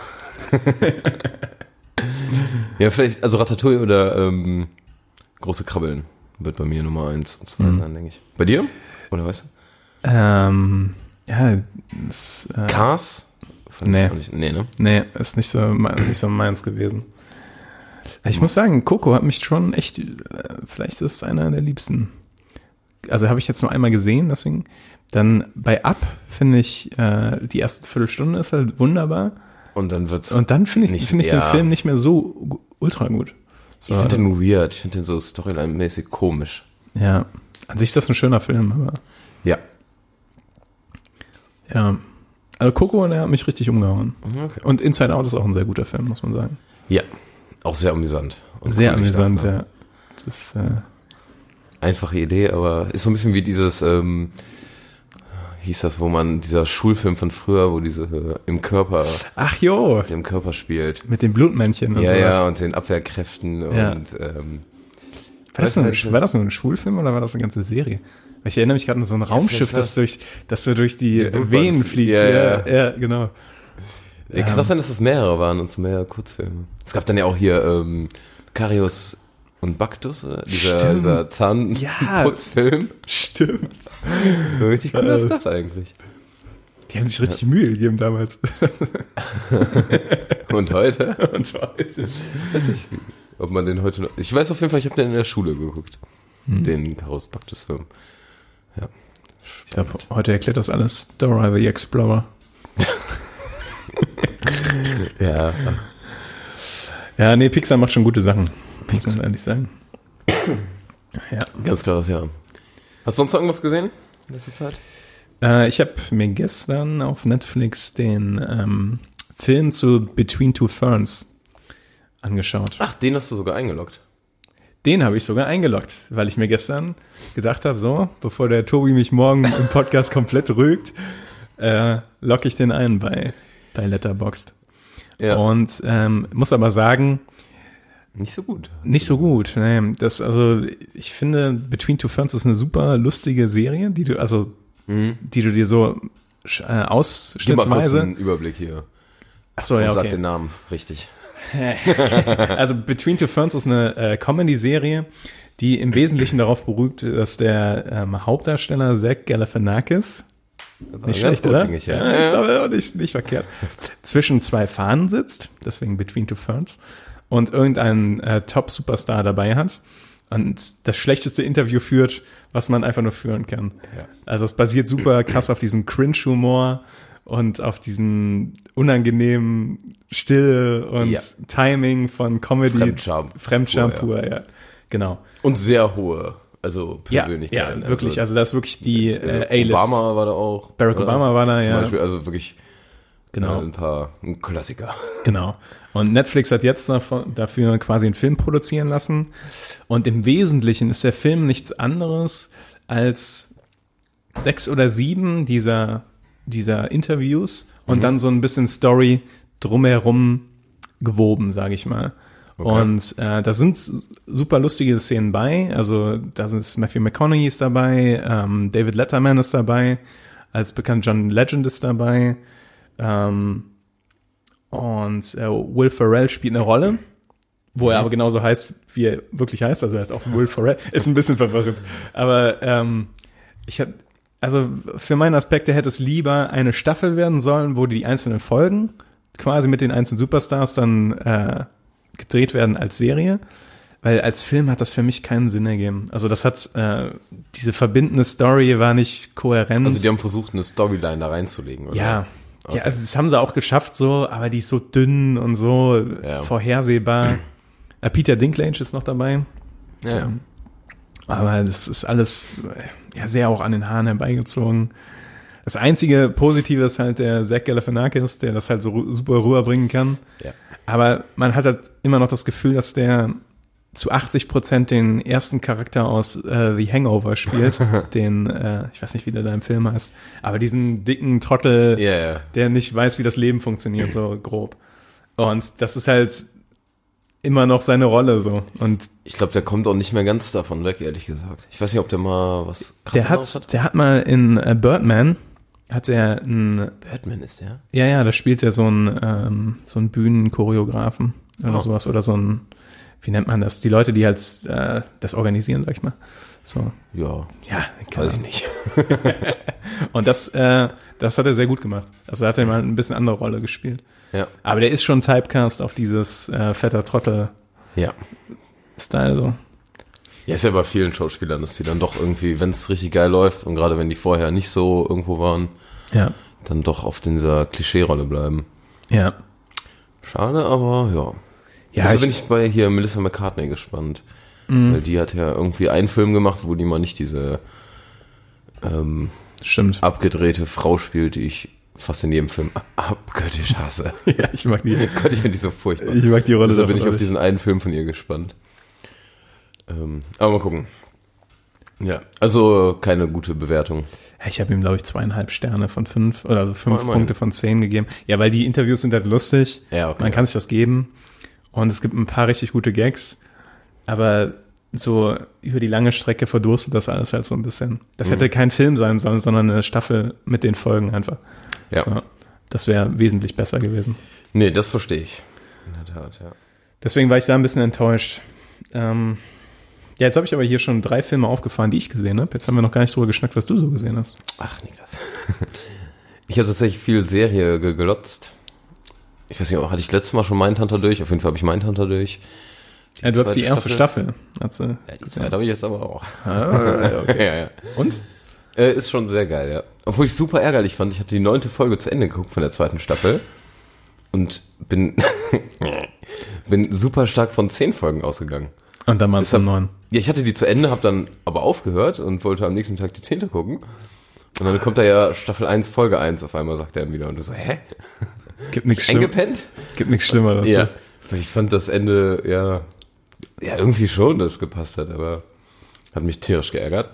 ja, vielleicht, also Ratatouille oder ähm, große Krabbeln wird bei mir Nummer eins und zwei
Mhm.
sein, denke ich. Bei dir? Oder weißt du?
Ähm, ja, ist, äh,
Cars? Fand ich
Nee.
auch Nicht, nee, ne?
nee, ist nicht so, me- nicht so meins gewesen. Ich muss sagen, Coco hat mich schon echt, äh, vielleicht ist es einer der liebsten. Also habe ich jetzt nur einmal gesehen, deswegen. Dann bei Up finde ich, äh, die erste Viertelstunde ist halt wunderbar.
Und dann wird's.
Und dann finde ich,
Nicht-
finde ich
ja.
den Film nicht mehr so gu- ultra gut. So,
Ich finde den weird, ich finde den so storyline-mäßig komisch.
ja, an sich ist das ein schöner Film, aber
Ja.
ja. Also Coco, der hat mich richtig umgehauen.
Okay.
Und Inside Out ist auch ein sehr guter Film, muss man sagen.
Ja. Auch sehr amüsant. Und
Sehr
cool gedacht,
amüsant,
ne?
ja. Das, äh,
Einfache Idee, aber ist so ein bisschen wie dieses, ähm, hieß das, wo man, dieser Schulfilm von früher, wo diese äh, im Körper,
ach jo,
der im Körper spielt.
mit den Blutmännchen und
Ja,
sowas.
ja, und den Abwehrkräften
Ja.
und ähm,
war, das
weiß
nur,
nicht.
ein- war das nur ein Schulfilm oder war das eine ganze Serie? Weil ich erinnere mich gerade an so ein Raumschiff,
vielleicht
das durch, das so durch die,
Blutbahn
Venen
fliegt.
fliegt.
Ja,
ja, ja, genau.
äh,
Ähm.
kann auch sein, dass es mehrere waren und so mehrere Kurzfilme. Es gab dann ja auch hier ähm, Karius und Baktus, oder? dieser,
Stimmt.
dieser
Ja.
Zahnputzfilm.
Stimmt.
Richtig cool
Äh.
ist das eigentlich.
Die haben sich richtig Mühe gegeben damals.
Und heute?
und zwar jetzt-
Weiß ich, ob man den heute noch. Ich weiß auf jeden Fall, ich habe den in der Schule geguckt.
Hm.
Den Karus Baktus Film.
Ich glaube, heute erklärt das alles Dora the Explorer.
Ja.
Ja, nee, Pixar macht schon gute Sachen. Muss man ehrlich sagen. Ja.
Ganz klares Ja. Hast du sonst noch irgendwas gesehen? Das ist halt.
Äh, ich habe mir gestern auf Netflix den ähm, Film zu Between Two Ferns angeschaut.
Ach, den hast du sogar eingeloggt.
Den habe ich sogar eingeloggt, weil ich mir gestern gesagt habe, so, bevor der Tobi mich morgen im Podcast komplett rügt, äh, logge ich den ein bei, bei Letterboxd.
Ja.
Und ähm, muss aber sagen,
Oh. Nicht so gut.
nicht so gut. Nee, das, also, ich finde, Between Two Ferns ist eine super lustige Serie, die du, also, die du dir so sch- äh,
Mhm. Gib mal kurz
ausschnittsweise.
einen Überblick hier.
Achso, Oh ja,
Und Sag den
okay.
Namen richtig.
Also Between Two Ferns ist eine äh, Comedy-Serie, die im Wesentlichen darauf beruht, dass der ähm, Hauptdarsteller Zach Galifianakis, nicht
Äh, ganz
schlecht,
gut,
oder?
denke ich, ja.
ja, ich glaube auch nicht, nicht verkehrt, zwischen zwei Fahnen sitzt, deswegen Between Two Ferns, und irgendeinen äh, Top-Superstar dabei hat und das schlechteste Interview führt, was man einfach nur führen kann.
Ja.
Also es basiert super krass auf diesem Cringe-Humor und auf diesem unangenehmen Stille und
Ja.
Timing von Comedy.
Fremdscham.
Fremdscham
Pur,
pur, ja. Genau.
Und sehr hohe, also
Ja,
Persönlichkeiten.
ja, wirklich. Also, das ist wirklich die äh, A-List.
Obama war da auch.
Barack Obama war da,
Zum
ja.
Beispiel, also wirklich
Genau.
äh, ein paar ein Klassiker.
Genau. Und Netflix hat jetzt davon, dafür quasi einen Film produzieren lassen. Und im Wesentlichen ist der Film nichts anderes als sechs oder sieben dieser, dieser Interviews und dann so ein bisschen Story drumherum gewoben, sage ich mal. Und äh, da sind s- super lustige Szenen bei. Also da ist Matthew McConaughey ist dabei, ähm, David Letterman ist dabei, als bekannt John Legend ist dabei. Ähm, und äh, Will Ferrell spielt eine Rolle, wo er aber genauso heißt, wie er wirklich heißt. Also er ist auch Will Ferrell. Ist ein bisschen verwirrend. Aber ähm, ich hab, also für meinen Aspekt, hätte es lieber eine Staffel werden sollen, wo die einzelnen Folgen quasi mit den einzelnen Superstars dann äh, gedreht werden als Serie. Weil als Film hat das für mich keinen Sinn ergeben. Also das hat, äh, diese verbindende Story war nicht kohärent.
Also die haben versucht, eine Storyline da reinzulegen, oder?
Ja. Ja, also das haben sie auch geschafft so, aber die ist so dünn und so
Ja.
vorhersehbar. Äh, Peter Dinklage ist noch dabei,
Ja,
Mhm.
ja. Ah.
aber das ist alles äh, ja sehr auch an den Haaren herbeigezogen. Das einzige Positive ist halt der Zach Galifianakis, der das halt so ru- super rüberbringen kann.
ja.
Aber man hat halt immer noch das Gefühl, dass der zu 80 Prozent den ersten Charakter aus äh, The Hangover spielt, den, äh, ich weiß nicht, wie der da im Film heißt, aber diesen dicken Trottel,
Ja, ja.
der nicht weiß, wie das Leben funktioniert, so grob. Und das ist halt immer noch seine Rolle so. Und
Ich glaube, der kommt auch nicht mehr ganz davon weg, ehrlich gesagt. Ich weiß nicht, ob der mal was
der
krasseres
hat, der hat mal in äh, Birdman, hat er ein,
Batman ist der?
ja, ja, da spielt er so einen, ähm, so einen Bühnenchoreografen oder
Oh.
sowas oder so ein, wie nennt man das? Die Leute, die halt äh, das organisieren, sag ich mal. So,
Ja,
ja,
weiß ich nicht.
Und das, äh, das hat er sehr gut gemacht. Also hat er mal ein bisschen andere Rolle gespielt.
Ja,
Aber der ist schon Typecast auf dieses äh, fetter Trottel-Style
ja.
so.
Ja, ist ja bei vielen Schauspielern, dass die dann doch irgendwie, wenn es richtig geil läuft und gerade wenn die vorher nicht so irgendwo waren,
Ja,
dann doch auf dieser Klischee-Rolle bleiben.
ja.
Schade, aber ja.
Ja,
also
ich, Mhm.
bin ich bei hier Melissa McCartney gespannt. Weil die hat ja irgendwie einen Film gemacht, wo die mal nicht diese ähm,
stimmt.
abgedrehte Frau spielt, die ich fast in jedem Film ab- abgöttisch hasse.
Ja, ich mag die.
Gott, ich finde die so furchtbar.
Ich mag die Rolle
Deshalb Also
davon
bin ich auf
auch
diesen einen Film von ihr gespannt. Ähm, aber mal gucken. Ja, also keine gute Bewertung.
Ich habe ihm, glaube ich, zweieinhalb Sterne von fünf oder also fünf
Oh, immerhin.
Punkte von zehn gegeben. Ja, weil die Interviews sind halt lustig.
Ja, okay.
Man kann sich das geben. Und es gibt ein paar richtig gute Gags. Aber so über die lange Strecke verdurstet das alles halt so ein bisschen.
Mhm.
Das hätte kein Film sein sollen, sondern eine Staffel mit den Folgen einfach.
Ja.
So, das wäre wesentlich besser gewesen.
Nee, das verstehe ich. In der Tat, ja.
Deswegen war ich da ein bisschen enttäuscht. Ähm, ja, jetzt habe ich aber hier schon drei Filme aufgefahren, die ich gesehen habe. Jetzt haben wir noch gar nicht drüber geschnackt, was du so gesehen hast.
Ach, Niklas. Ich habe tatsächlich viel Serie ge- geglotzt. Ich weiß nicht, hatte ich letztes Mal schon Mindhunter durch? Auf jeden Fall habe ich Mindhunter durch.
Ja, du hast die
zweite
erste Staffel. äh, Ah. Hast du
Ja, die
gesehen.
zweite habe ich jetzt aber auch. ja, ja. Und? Äh, ist schon sehr geil, ja. Obwohl ich super ärgerlich fand, ich hatte die neunte Folge zu Ende geguckt von der zweiten Staffel und bin, bin super stark von zehn Folgen ausgegangen.
Und dann um mal zum neuen.
Ja, ich hatte die zu Ende, habe dann aber aufgehört und wollte am nächsten Tag die zehnte gucken. Und dann kommt da ja Staffel 1, Folge 1 auf einmal, sagt er wieder. Und du so, hä?
Gibt nichts
Eingepennt?
Gibt nichts Schlimmeres.
Ja. Ich fand das Ende, ja, ja, irgendwie schon, dass es gepasst hat, aber hat mich tierisch geärgert.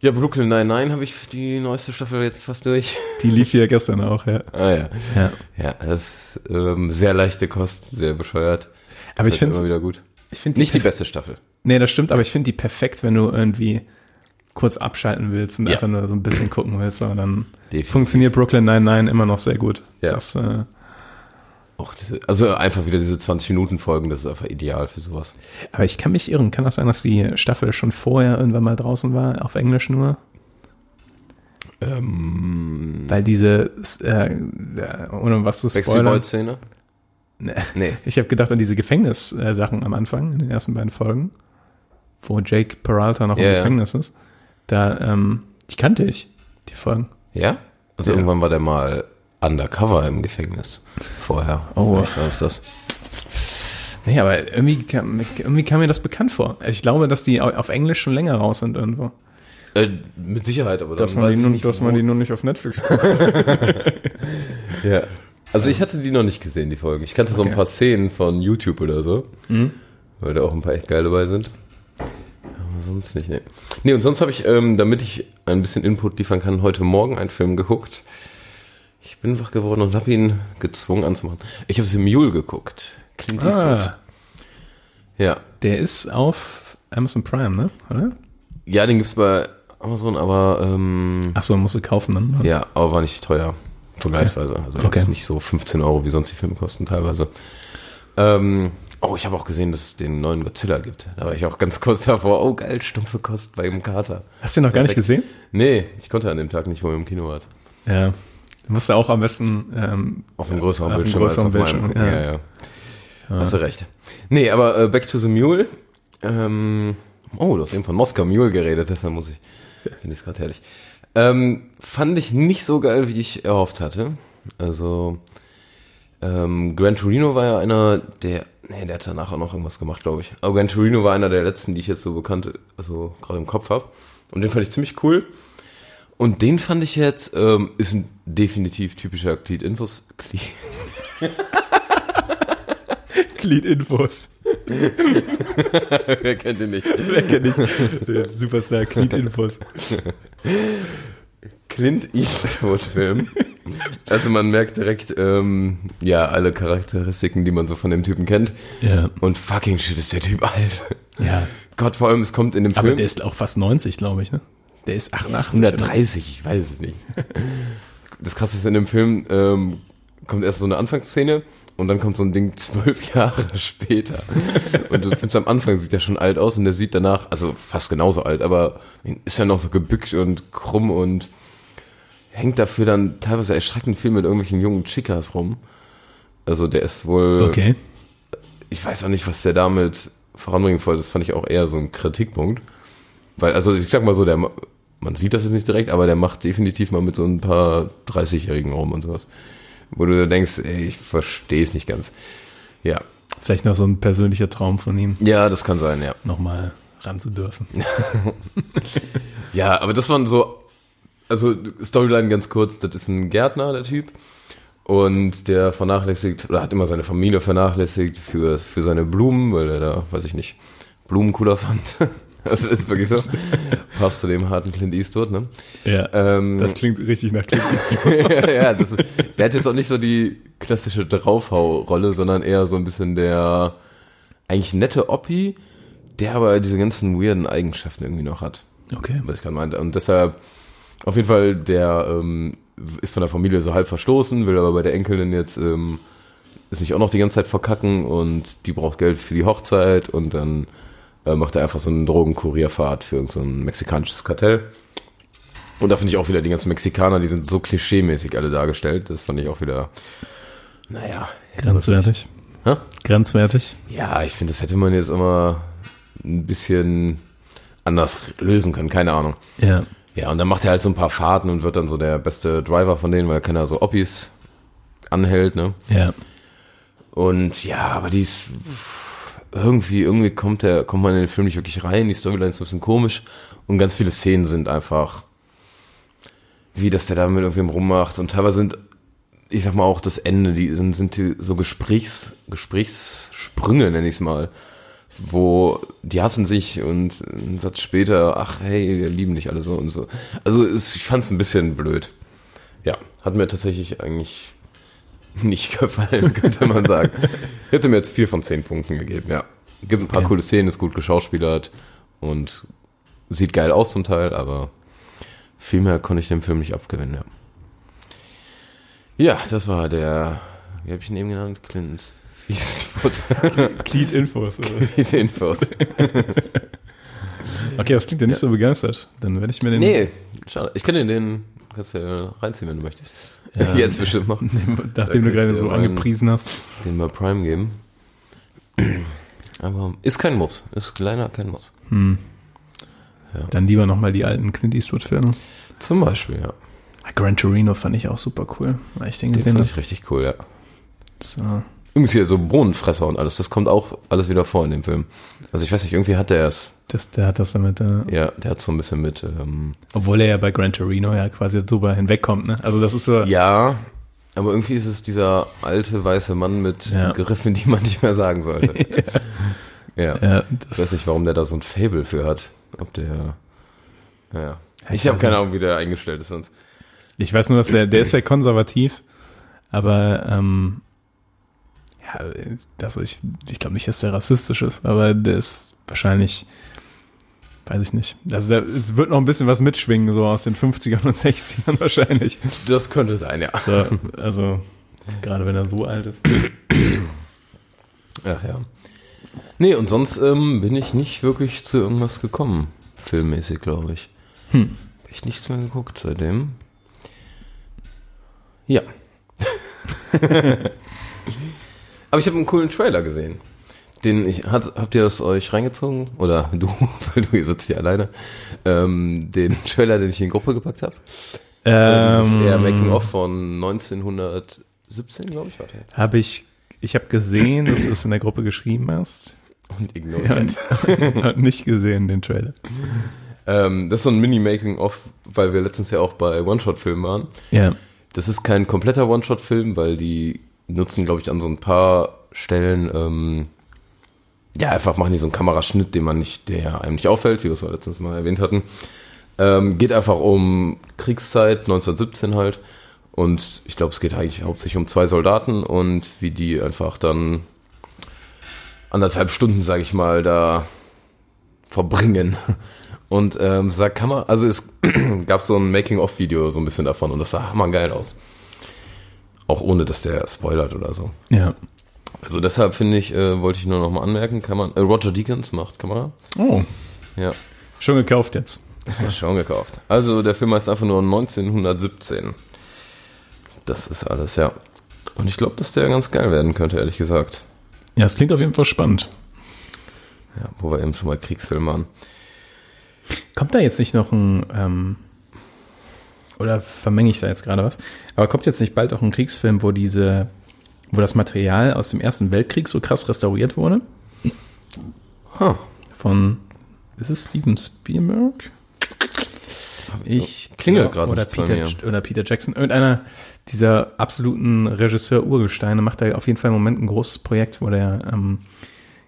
Ja, Brooklyn Nine-Nine habe ich die neueste Staffel jetzt fast durch.
Die lief hier gestern auch, ja.
Ah ja.
Ja.
Ja, das ist ähm, sehr leichte Kost, sehr bescheuert.
Aber ich
Wird
finde,
immer wieder gut.
ich finde
Nicht die beste Staffel.
Nee, das stimmt, aber ich finde die perfekt, wenn du irgendwie kurz abschalten willst und
Ja.
einfach nur so ein bisschen gucken willst, aber dann
Definitiv.
funktioniert Brooklyn Nine-Nine immer noch sehr gut.
Ja.
Das, äh,
Auch diese, also einfach wieder diese 20-Minuten-Folgen, das ist einfach ideal für sowas.
aber ich kann mich irren. Kann das sein, dass die Staffel schon vorher irgendwann mal draußen war, auf Englisch nur? Weil diese, äh, äh, ohne was zu
Ähm, Backstreet
spoilern.
Boys-Szene?
Nee.
Nee.
Ich habe gedacht an diese Gefängnissachen am Anfang, in den ersten beiden Folgen, wo Jake Peralta noch
Ja,
im
ja.
Gefängnis ist. Da, ähm, die kannte ich, die Folgen.
Ja? Also
Ja.
irgendwann war der mal undercover im Gefängnis vorher.
Oh.
Vielleicht war es das.
Nee, aber irgendwie kam, irgendwie kam mir das bekannt vor. Also ich glaube, dass die au- auf Englisch schon länger raus sind irgendwo.
Äh, mit Sicherheit, aber dann
Dass man,
weiß
die
ich
nun,
nicht,
dass
wo.
man die nun nicht auf Netflix guckt.
Ja. Also ich hatte die noch nicht gesehen, die Folgen. Ich kannte so ein
Okay. Mhm.
paar Szenen von YouTube oder so. Weil da auch ein paar echt geile bei sind. Aber sonst nicht, ne. Nee, und sonst habe ich, ähm, damit ich ein bisschen Input liefern kann, heute Morgen einen Film geguckt. Ich bin wach geworden und habe ihn gezwungen anzumachen. Ich habe Mule geguckt. Clint Eastwood.
Ah,
Ja.
der ist auf Amazon Prime, ne? Oder?
Ja, den gibt's bei Amazon, aber ähm,
Achso, musst du kaufen dann.
ja, aber war nicht teuer. Vergleichsweise. Also
Okay.
jetzt nicht so 15 Euro, wie sonst die Filme kosten teilweise. Ähm, oh, ich habe auch gesehen, dass es den neuen Godzilla gibt. Da war ich auch ganz kurz davor. Oh, geil, stumpfe Kost bei dem Kater.
Hast du den noch gar nicht gesehen?
Nee, ich konnte an dem Tag nicht, wo wir im Kino waren.
Ja. Du musst ja auch am besten, ähm,
Auf einem größeren
auf einem
Bildschirm als auf
größeren Bildschirm,
meinem. Gucken. Ja, ja. Hast du recht. Nee, aber äh, Back to the Mule. Ähm, oh, du hast eben von Moskau Mule geredet, deshalb muss ich. Finde ich gerade herrlich. Ähm, fand ich nicht so geil, wie ich erhofft hatte. Also, ähm, Gran Torino war ja einer der. Nee, der hat danach auch noch irgendwas gemacht, glaube ich. Aber Gran Torino war einer der letzten, die ich jetzt so bekannt, also gerade im Kopf habe. Und den fand ich ziemlich cool. Und den fand ich jetzt, ähm, ist ein definitiv typischer Cleat Infos. Cleat,
Cleat-Infos.
wer kennt den nicht?
Wer kennt dich? Der Superstar Cleat-Infos.
Clint Eastwood-Film. Also man merkt direkt, ähm, ja, alle Charakteristiken, die man so von dem Typen kennt.
Ja.
Und fucking shit, ist der Typ alt.
Ja.
Gott, vor allem, es kommt in dem
Aber
Film.
der ist auch fast 90, glaube ich, ne? Der ist 88.
130, ich weiß es nicht. Das krasse ist, in dem Film ähm, kommt erst so eine Anfangsszene und dann kommt so ein Ding zwölf Jahre später. Und du findest am Anfang sieht der schon alt aus und der sieht danach, also fast genauso alt, aber ist ja noch so gebückt und krumm und hängt dafür dann teilweise erschreckend viel mit irgendwelchen jungen Chicas rum. Also der ist wohl
Okay.
ich weiß auch nicht, was der damit voranbringen wollte. Das fand ich auch eher so ein Kritikpunkt. Weil, also ich sag mal so, der, ma- man sieht das jetzt nicht direkt, aber der macht definitiv mal mit so ein paar 30-Jährigen rum und sowas. Wo du denkst, ey, ich verstehe es nicht ganz. Ja.
Vielleicht noch so ein persönlicher Traum von ihm,
Ja, das kann sein, ja.
nochmal ran zu dürfen.
Ja, aber das waren so, also Storyline ganz kurz, das ist ein Gärtner, der Typ. Und der vernachlässigt, oder hat immer seine Familie vernachlässigt für, für seine Blumen, weil er da, weiß ich nicht, Blumen cooler fand. Das ist wirklich so. Passt zu dem harten Clint Eastwood, ne?
Ja.
Ähm,
das klingt richtig nach Cleat Eastwood.
ja, ja, das, der hat jetzt auch nicht so die klassische Draufhau-Rolle, sondern eher so ein bisschen der eigentlich nette Oppi, der aber diese ganzen weirden Eigenschaften irgendwie noch hat
Okay.
was ich gerade meinte. Und deshalb, auf jeden Fall, der ähm, ist von der Familie so halb verstoßen, will aber bei der Enkelin jetzt, ähm, ist nicht auch noch die ganze Zeit verkacken und die braucht Geld für die Hochzeit und dann äh, macht er einfach so eine Drogenkurierfahrt für irgendein so ein mexikanisches Kartell. Und da finde ich auch wieder die ganzen Mexikaner, die sind so klischeemäßig alle dargestellt. Das fand ich auch wieder, naja.
Grenzwertig.
Hä?
Grenzwertig.
Ja, ich finde, das hätte man jetzt immer ein bisschen anders lösen können, keine Ahnung.
Ja.
Ja, und dann macht er halt so ein paar Fahrten und wird dann so der beste Driver von denen, weil keiner so Oppis anhält, ne?
Ja.
Und ja, aber die ist irgendwie, irgendwie kommt der, kommt man in den Film nicht wirklich rein, die Storyline ist ein bisschen komisch und ganz viele Szenen sind einfach wie, dass der da mit irgendwem rummacht und teilweise sind ich sag mal auch das Ende, die dann sind die so Gesprächs, Gesprächssprünge, nenn ich's mal, wo die hassen sich und ein Satz später, ach hey, wir lieben dich alle so und so. Also es, ich fand's ein bisschen blöd. Ja, hat mir tatsächlich eigentlich nicht gefallen, könnte man sagen. Ich hätte mir jetzt vier von zehn Punkten gegeben, ja. Gibt ein paar coole Szenen, ist gut geschauspielert und sieht geil aus zum Teil, aber viel mehr konnte ich dem Film nicht abgewinnen, ja. Ja, das war der, wie habe ich ihn eben genannt? Clint's Feastfoot.
Cleat Infos. Oder?
Diese Infos.
Okay, das klingt ja nicht so begeistert. Dann werde ich mir den.
Nee, schade. Ich könnte den, kannst du ja reinziehen, wenn du möchtest. Jetzt bestimmt noch.
Nachdem du gerade so angepriesen hast.
Den mal Prime geben. Aber ist kein Muss. Ist leider kein Muss.
Hm. Dann lieber nochmal die alten Clint Eastwood-Filme.
Zum Beispiel, ja.
Gran Torino fand ich auch super cool, weil ich den
Den
gesehen äh, habe.
fand ich richtig cool, ja.
So.
Übrigens hier so Bohnenfresser und alles, das kommt auch alles wieder vor in dem Film. Also ich weiß nicht, irgendwie hat der es.
Das, der hat das damit. Äh,
Ja, der hat so ein bisschen mit. Ähm,
Obwohl er ja bei Gran Torino ja quasi drüber hinwegkommt, ne? Also das ist so.
ja, aber irgendwie ist es dieser alte weiße Mann mit
Ja.
Griffen, die man nicht mehr sagen sollte. ja.
Ja,
Ich weiß nicht, warum der da so ein Fable für hat. Ob der. Ja. Ich habe
weiß
keine
nicht.
Ahnung, wie der eingestellt ist sonst.
Ich weiß nur, dass der, der ist ja konservativ, aber ähm, ja, also ich, ich glaube nicht, dass der rassistisch ist, aber der ist wahrscheinlich, weiß ich nicht. Also da, es wird noch ein bisschen was mitschwingen, so aus den 50ern und 60ern wahrscheinlich.
Das könnte sein, ja.
So, also, gerade wenn er so alt ist.
Ach ja. Nee, und sonst ähm, bin ich nicht wirklich zu irgendwas gekommen. Filmmäßig, glaube ich. Hm. Hab ich nichts mehr geguckt seitdem. Ja. Aber ich habe einen coolen Trailer gesehen. Den ich, hat, habt ihr das euch reingezogen? Oder du, weil du hier sitzt hier alleine. Ähm, den Trailer, den ich in die Gruppe gepackt habe. das ist eher
Ähm,
Making-of von 1917, glaube ich. Warte.
habe ich, ich habe gesehen, dass du es in der Gruppe geschrieben hast
Und
Ja,
ignoriert.
und, und nicht gesehen den Trailer.
Ähm, das ist so ein Mini-Making-of, weil wir letztens ja auch bei One-Shot-Filmen waren.
Ja,
Das ist kein kompletter One-Shot-Film, weil die nutzen, glaube ich, an so ein paar Stellen, ähm, ja, einfach machen die so einen Kameraschnitt, den man nicht, der einem nicht auffällt, wie wir es ja letztens mal erwähnt hatten. Ähm, geht einfach um Kriegszeit, 1917 halt. Und ich glaube, es geht eigentlich hauptsächlich um zwei Soldaten und wie die einfach dann anderthalb Stunden, sage ich mal, da verbringen. Und ähm, sag, kann man, also es gab so ein Making-of-Video so ein bisschen davon und das sah hammergeil aus. Auch ohne, dass der spoilert oder so.
ja.
Also deshalb finde ich, äh, wollte ich nur nochmal anmerken, kann man, äh, Roger Deakins macht Kamera.
Oh,
Ja,
schon gekauft jetzt.
das hast du schon gekauft. Also der Film heißt einfach nur 1917. Das ist alles, ja. Und ich glaube, dass der ganz geil werden könnte, ehrlich gesagt.
Ja, es klingt auf jeden Fall spannend.
Ja, wo wir eben schon mal Kriegsfilm waren.
Kommt da jetzt nicht noch ein, ähm, oder vermenge ich da jetzt gerade was? Aber kommt jetzt nicht bald auch ein Kriegsfilm, wo diese, wo das Material aus dem Ersten Weltkrieg so krass restauriert wurde?
Huh.
Von, ist es Steven Spielberg? Ich
klingelt gerade
oder
nichts bei
Peter, oder Peter Jackson. Irgendeiner dieser absoluten Regisseur-Urgesteine macht da auf jeden Fall im Moment ein großes Projekt, wo der ähm,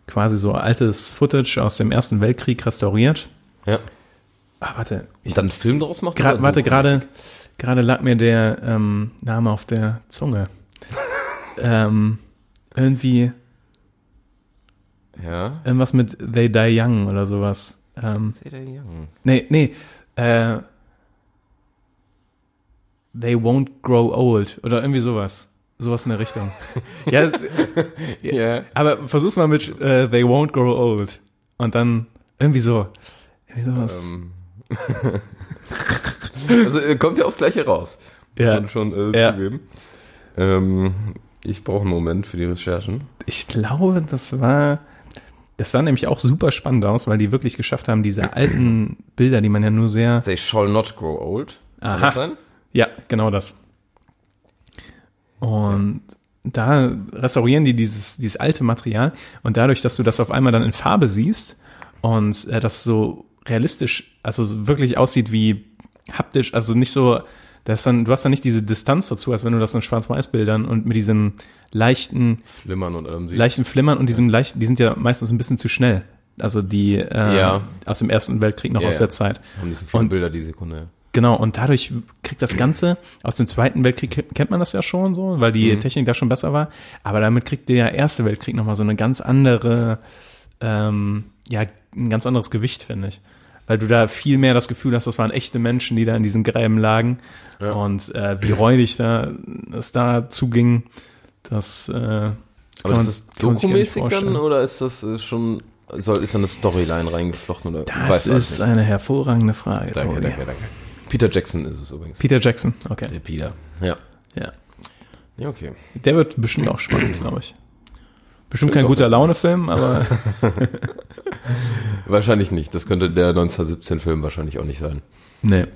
quasi so altes Footage aus dem Ersten Weltkrieg restauriert.
Ja.
Ah, warte,
Und dann einen Film draus machen?
Gra
oder
warte,
Doku?
gerade gerade lag mir der ähm, Name auf der Zunge. ähm, irgendwie
Ja.
irgendwas mit They Die Young oder sowas. Ähm,
Peter Young.
nee, nee. Äh, they Won't Grow Old oder irgendwie sowas. Sowas in der Richtung. ja,
Ja.
aber versuch's mal mit äh, They Won't Grow Old. Und dann irgendwie so. Irgendwie sowas.
Ähm. also äh, kommt ja aufs Gleiche raus. Muss
Ja.
man schon äh,
Ja.
zugeben. Ähm, ich brauche einen Moment für die Recherchen.
Ich glaube, das war. Das sah nämlich auch super spannend aus, weil die wirklich geschafft haben, diese alten Bilder, die man ja nur sehr.
They shall not grow old. Kann
Aha.
das sein?
Ja, genau das. Und da restaurieren die dieses, dieses alte Material und dadurch, dass du das auf einmal dann in Farbe siehst und äh, das so realistisch, also so wirklich aussieht wie haptisch, also nicht so Das ist dann, du hast dann nicht diese Distanz dazu, als wenn du das in Schwarz-Weiß-Bildern und mit diesem leichten,
Flimmern und allem sieht.
leichten Flimmern und diesem leichten, die sind ja meistens ein bisschen zu schnell. Also die äh,
Ja.
aus dem Ersten Weltkrieg noch
Ja,
aus
ja.
der Zeit.
Haben nicht so viele
Und-
Bilder die Sekunde.
Genau, und dadurch kriegt das Ganze, aus dem Zweiten Weltkrieg ke- kennt man das ja schon so, weil
Mhm.
die Technik da schon besser war, aber damit kriegt der Erste Weltkrieg nochmal so eine ganz andere, ähm, ja, ein ganz anderes Gewicht, finde ich. Weil du da viel mehr das Gefühl hast, das waren echte Menschen, die da in diesen Gräben lagen
Ja.
und äh, wie räudig da es da zuging, das äh, kann
Aber
man-
das ist
kann man sich gar nicht
dokumäßig dann
vorstellen.
oder ist das äh, schon, soll, ist da eine Storyline reingeflochten oder
Das
weißt du alles
ist
nicht?
eine hervorragende Frage,
Danke,
Tobi.
danke, danke. Peter Jackson ist es übrigens.
Peter Jackson, okay.
Der Peter. Ja.
Ja.
Ja, okay.
Der wird bestimmt auch spannend, glaube ich. Bestimmt kein
auf
guter
jeden
Laune-Film, aber
Wahrscheinlich nicht. Das könnte der 1917-Film wahrscheinlich auch nicht sein.
nee.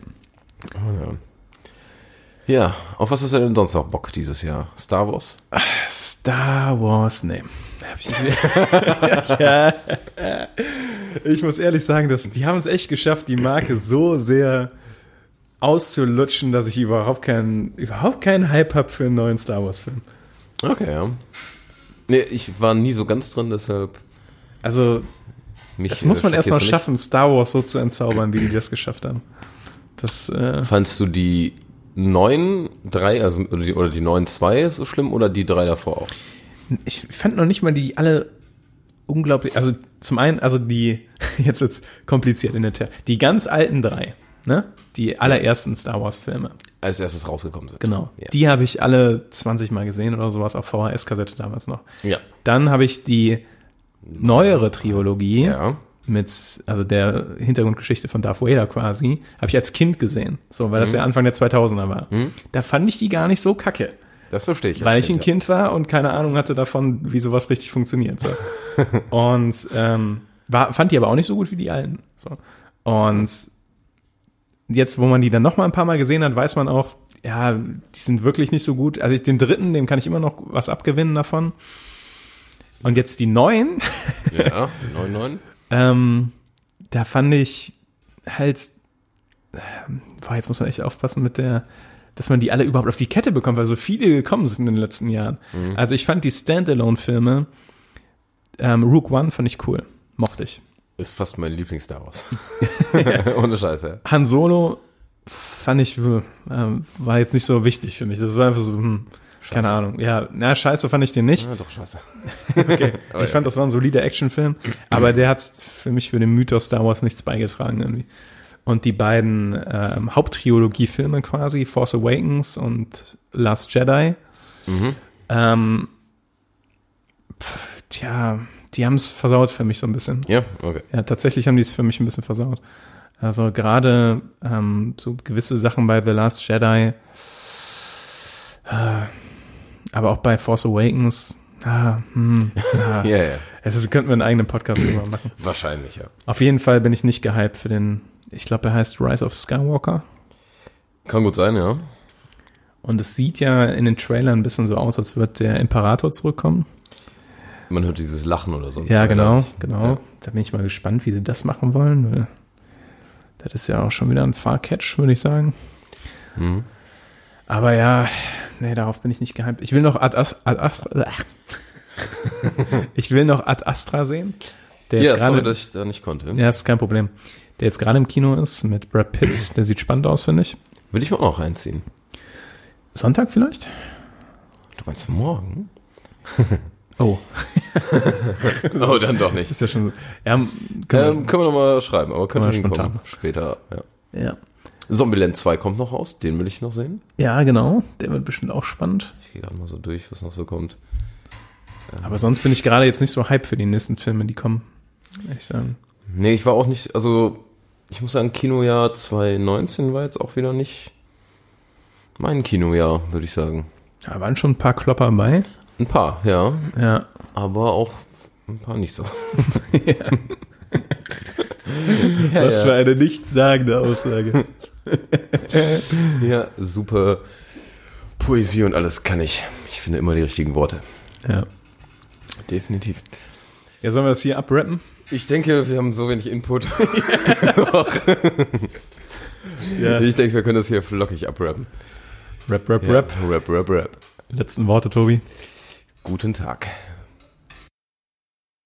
Ja, auf was ist er denn sonst noch Bock dieses Jahr? Star Wars?
Star Wars, nee. Hab ich, nicht. ja. ich muss ehrlich sagen, dass die haben es echt geschafft, die Marke so sehr auszulutschen, dass ich überhaupt keinen überhaupt keinen Hype habe für einen neuen Star Wars Film.
Okay, ja. Nee, ich war nie so ganz drin, deshalb
Also,
mich.
das muss man
äh, schockierst
erstmal
du nicht.
schaffen, Star Wars so zu entzaubern, wie die das geschafft haben. Das äh,
Fandst du die neuen drei, also oder die, oder die neuen zwei so schlimm oder die drei davor auch?
ich fand noch nicht mal die alle unglaublich. Also zum einen, also die, jetzt wird's kompliziert in der Tür. Die ganz alten drei, ne? Die allerersten Star Wars-Filme.
Als erstes rausgekommen sind.
Genau.
Ja.
Die habe ich alle 20 Mal gesehen oder sowas auf VHS-Kassette damals noch.
Ja.
Dann habe ich die neuere Trilogie
Ja.
mit, also der Hintergrundgeschichte von Darth Vader quasi, habe ich als Kind gesehen. So, weil das
Mhm.
ja Anfang der 2000er war. Da fand ich die gar nicht so kacke.
Das verstehe ich. als
Weil ich ein
ja.
Kind war und keine Ahnung hatte davon, wie sowas richtig funktioniert. So. und ähm, war, fand die aber auch nicht so gut wie die alten. So. Und jetzt, wo man die dann noch mal ein paar Mal gesehen hat, weiß man auch, ja, die sind wirklich nicht so gut. Also ich, den dritten, dem kann ich immer noch was abgewinnen davon. Und jetzt die neuen,
Ja, die neuen, neuen.
ähm, da fand ich halt, ähm, boah, jetzt muss man echt aufpassen mit der, dass man die alle überhaupt auf die Kette bekommt, weil so viele gekommen sind in den letzten Jahren. Also ich fand die Standalone-Filme, ähm, Rook One fand ich cool, mochte ich.
Ist fast mein Lieblings-Star Wars. Ohne Scheiße.
Han Solo fand ich, äh, ähm, war jetzt nicht so wichtig für mich. Das war einfach so, hm, keine Ahnung. Ja, na, scheiße fand ich den nicht.
Ja, Ah, doch, scheiße.
ich fand, das war ein solider Actionfilm, aber der hat für mich für den Mythos Star Wars nichts beigetragen irgendwie. Und die beiden ähm, Haupttrilogie-Filme quasi, Force Awakens und Last Jedi, ähm, pf, tja, die haben es versaut für mich so ein bisschen.
Ja, okay.
Ja, tatsächlich haben die es für mich ein bisschen versaut. Also gerade ähm, so gewisse Sachen bei The Last Jedi, äh, aber auch bei Force Awakens. Ah, hm, ah.
Ja, ja.
Es ist, könnten wir einen eigenen Podcast drüber machen.
Wahrscheinlich, ja.
Auf jeden Fall bin ich nicht gehypt für den, ich glaube, er heißt Rise of Skywalker.
Kann gut sein, ja.
Und es sieht ja in den Trailern ein bisschen so aus, als wird der Imperator zurückkommen.
Man hört dieses Lachen oder so.
Ja, genau, genau.
Ja.
Da bin ich mal gespannt, wie sie das machen wollen. weil Das ist ja auch schon wieder ein Far-Catch, würde ich sagen.
Mhm.
Aber ja, nee, darauf bin ich nicht gehypt. Ich will noch Ad, Ast Ad Astra. ich will noch Ad Astra sehen. Der
Ja,
jetzt
sorry,
gerade.
dass ich da nicht konnte.
Ja, ist kein Problem. Der jetzt gerade im Kino ist mit Brad Pitt. Der sieht spannend aus, finde ich.
Würde ich mir auch noch reinziehen.
Sonntag vielleicht?
Du meinst morgen?
Oh,
Oh, dann doch nicht.
ist ja schon so. Ja, genau. können
Ähm, können wir nochmal schreiben, aber könnte
Können wir
hinkommen.
spontan.
Später, ja.
wir- ja.
Zombieland 2 kommt noch raus, den will ich noch sehen.
ja, genau. Der wird bestimmt auch spannend.
Ich gehe gerade mal so durch, was noch so kommt.
Aber sonst bin ich gerade jetzt nicht so hype für die nächsten Filme, die kommen. Ich sagen.
Nee, ich war auch nicht, also ich muss sagen, Kinojahr 2019 war jetzt auch wieder nicht mein Kinojahr, würde ich sagen.
Da waren schon ein paar Klopper bei.
Ein paar, ja,
Ja.
aber auch ein paar nicht so.
Was für eine nichtssagende Aussage.
Ja, super Poesie und alles kann ich. Ich finde immer die richtigen Worte.
ja.
Definitiv.
Ja, sollen wir das hier abrappen?
Ich denke, wir haben so wenig Input.
Ja.
Ich denke, wir können das hier flockig abrappen.
Rap, rap,
Ja,
rap.
Rap, rap, rap.
Letzten Worte, Tobi.
Guten Tag.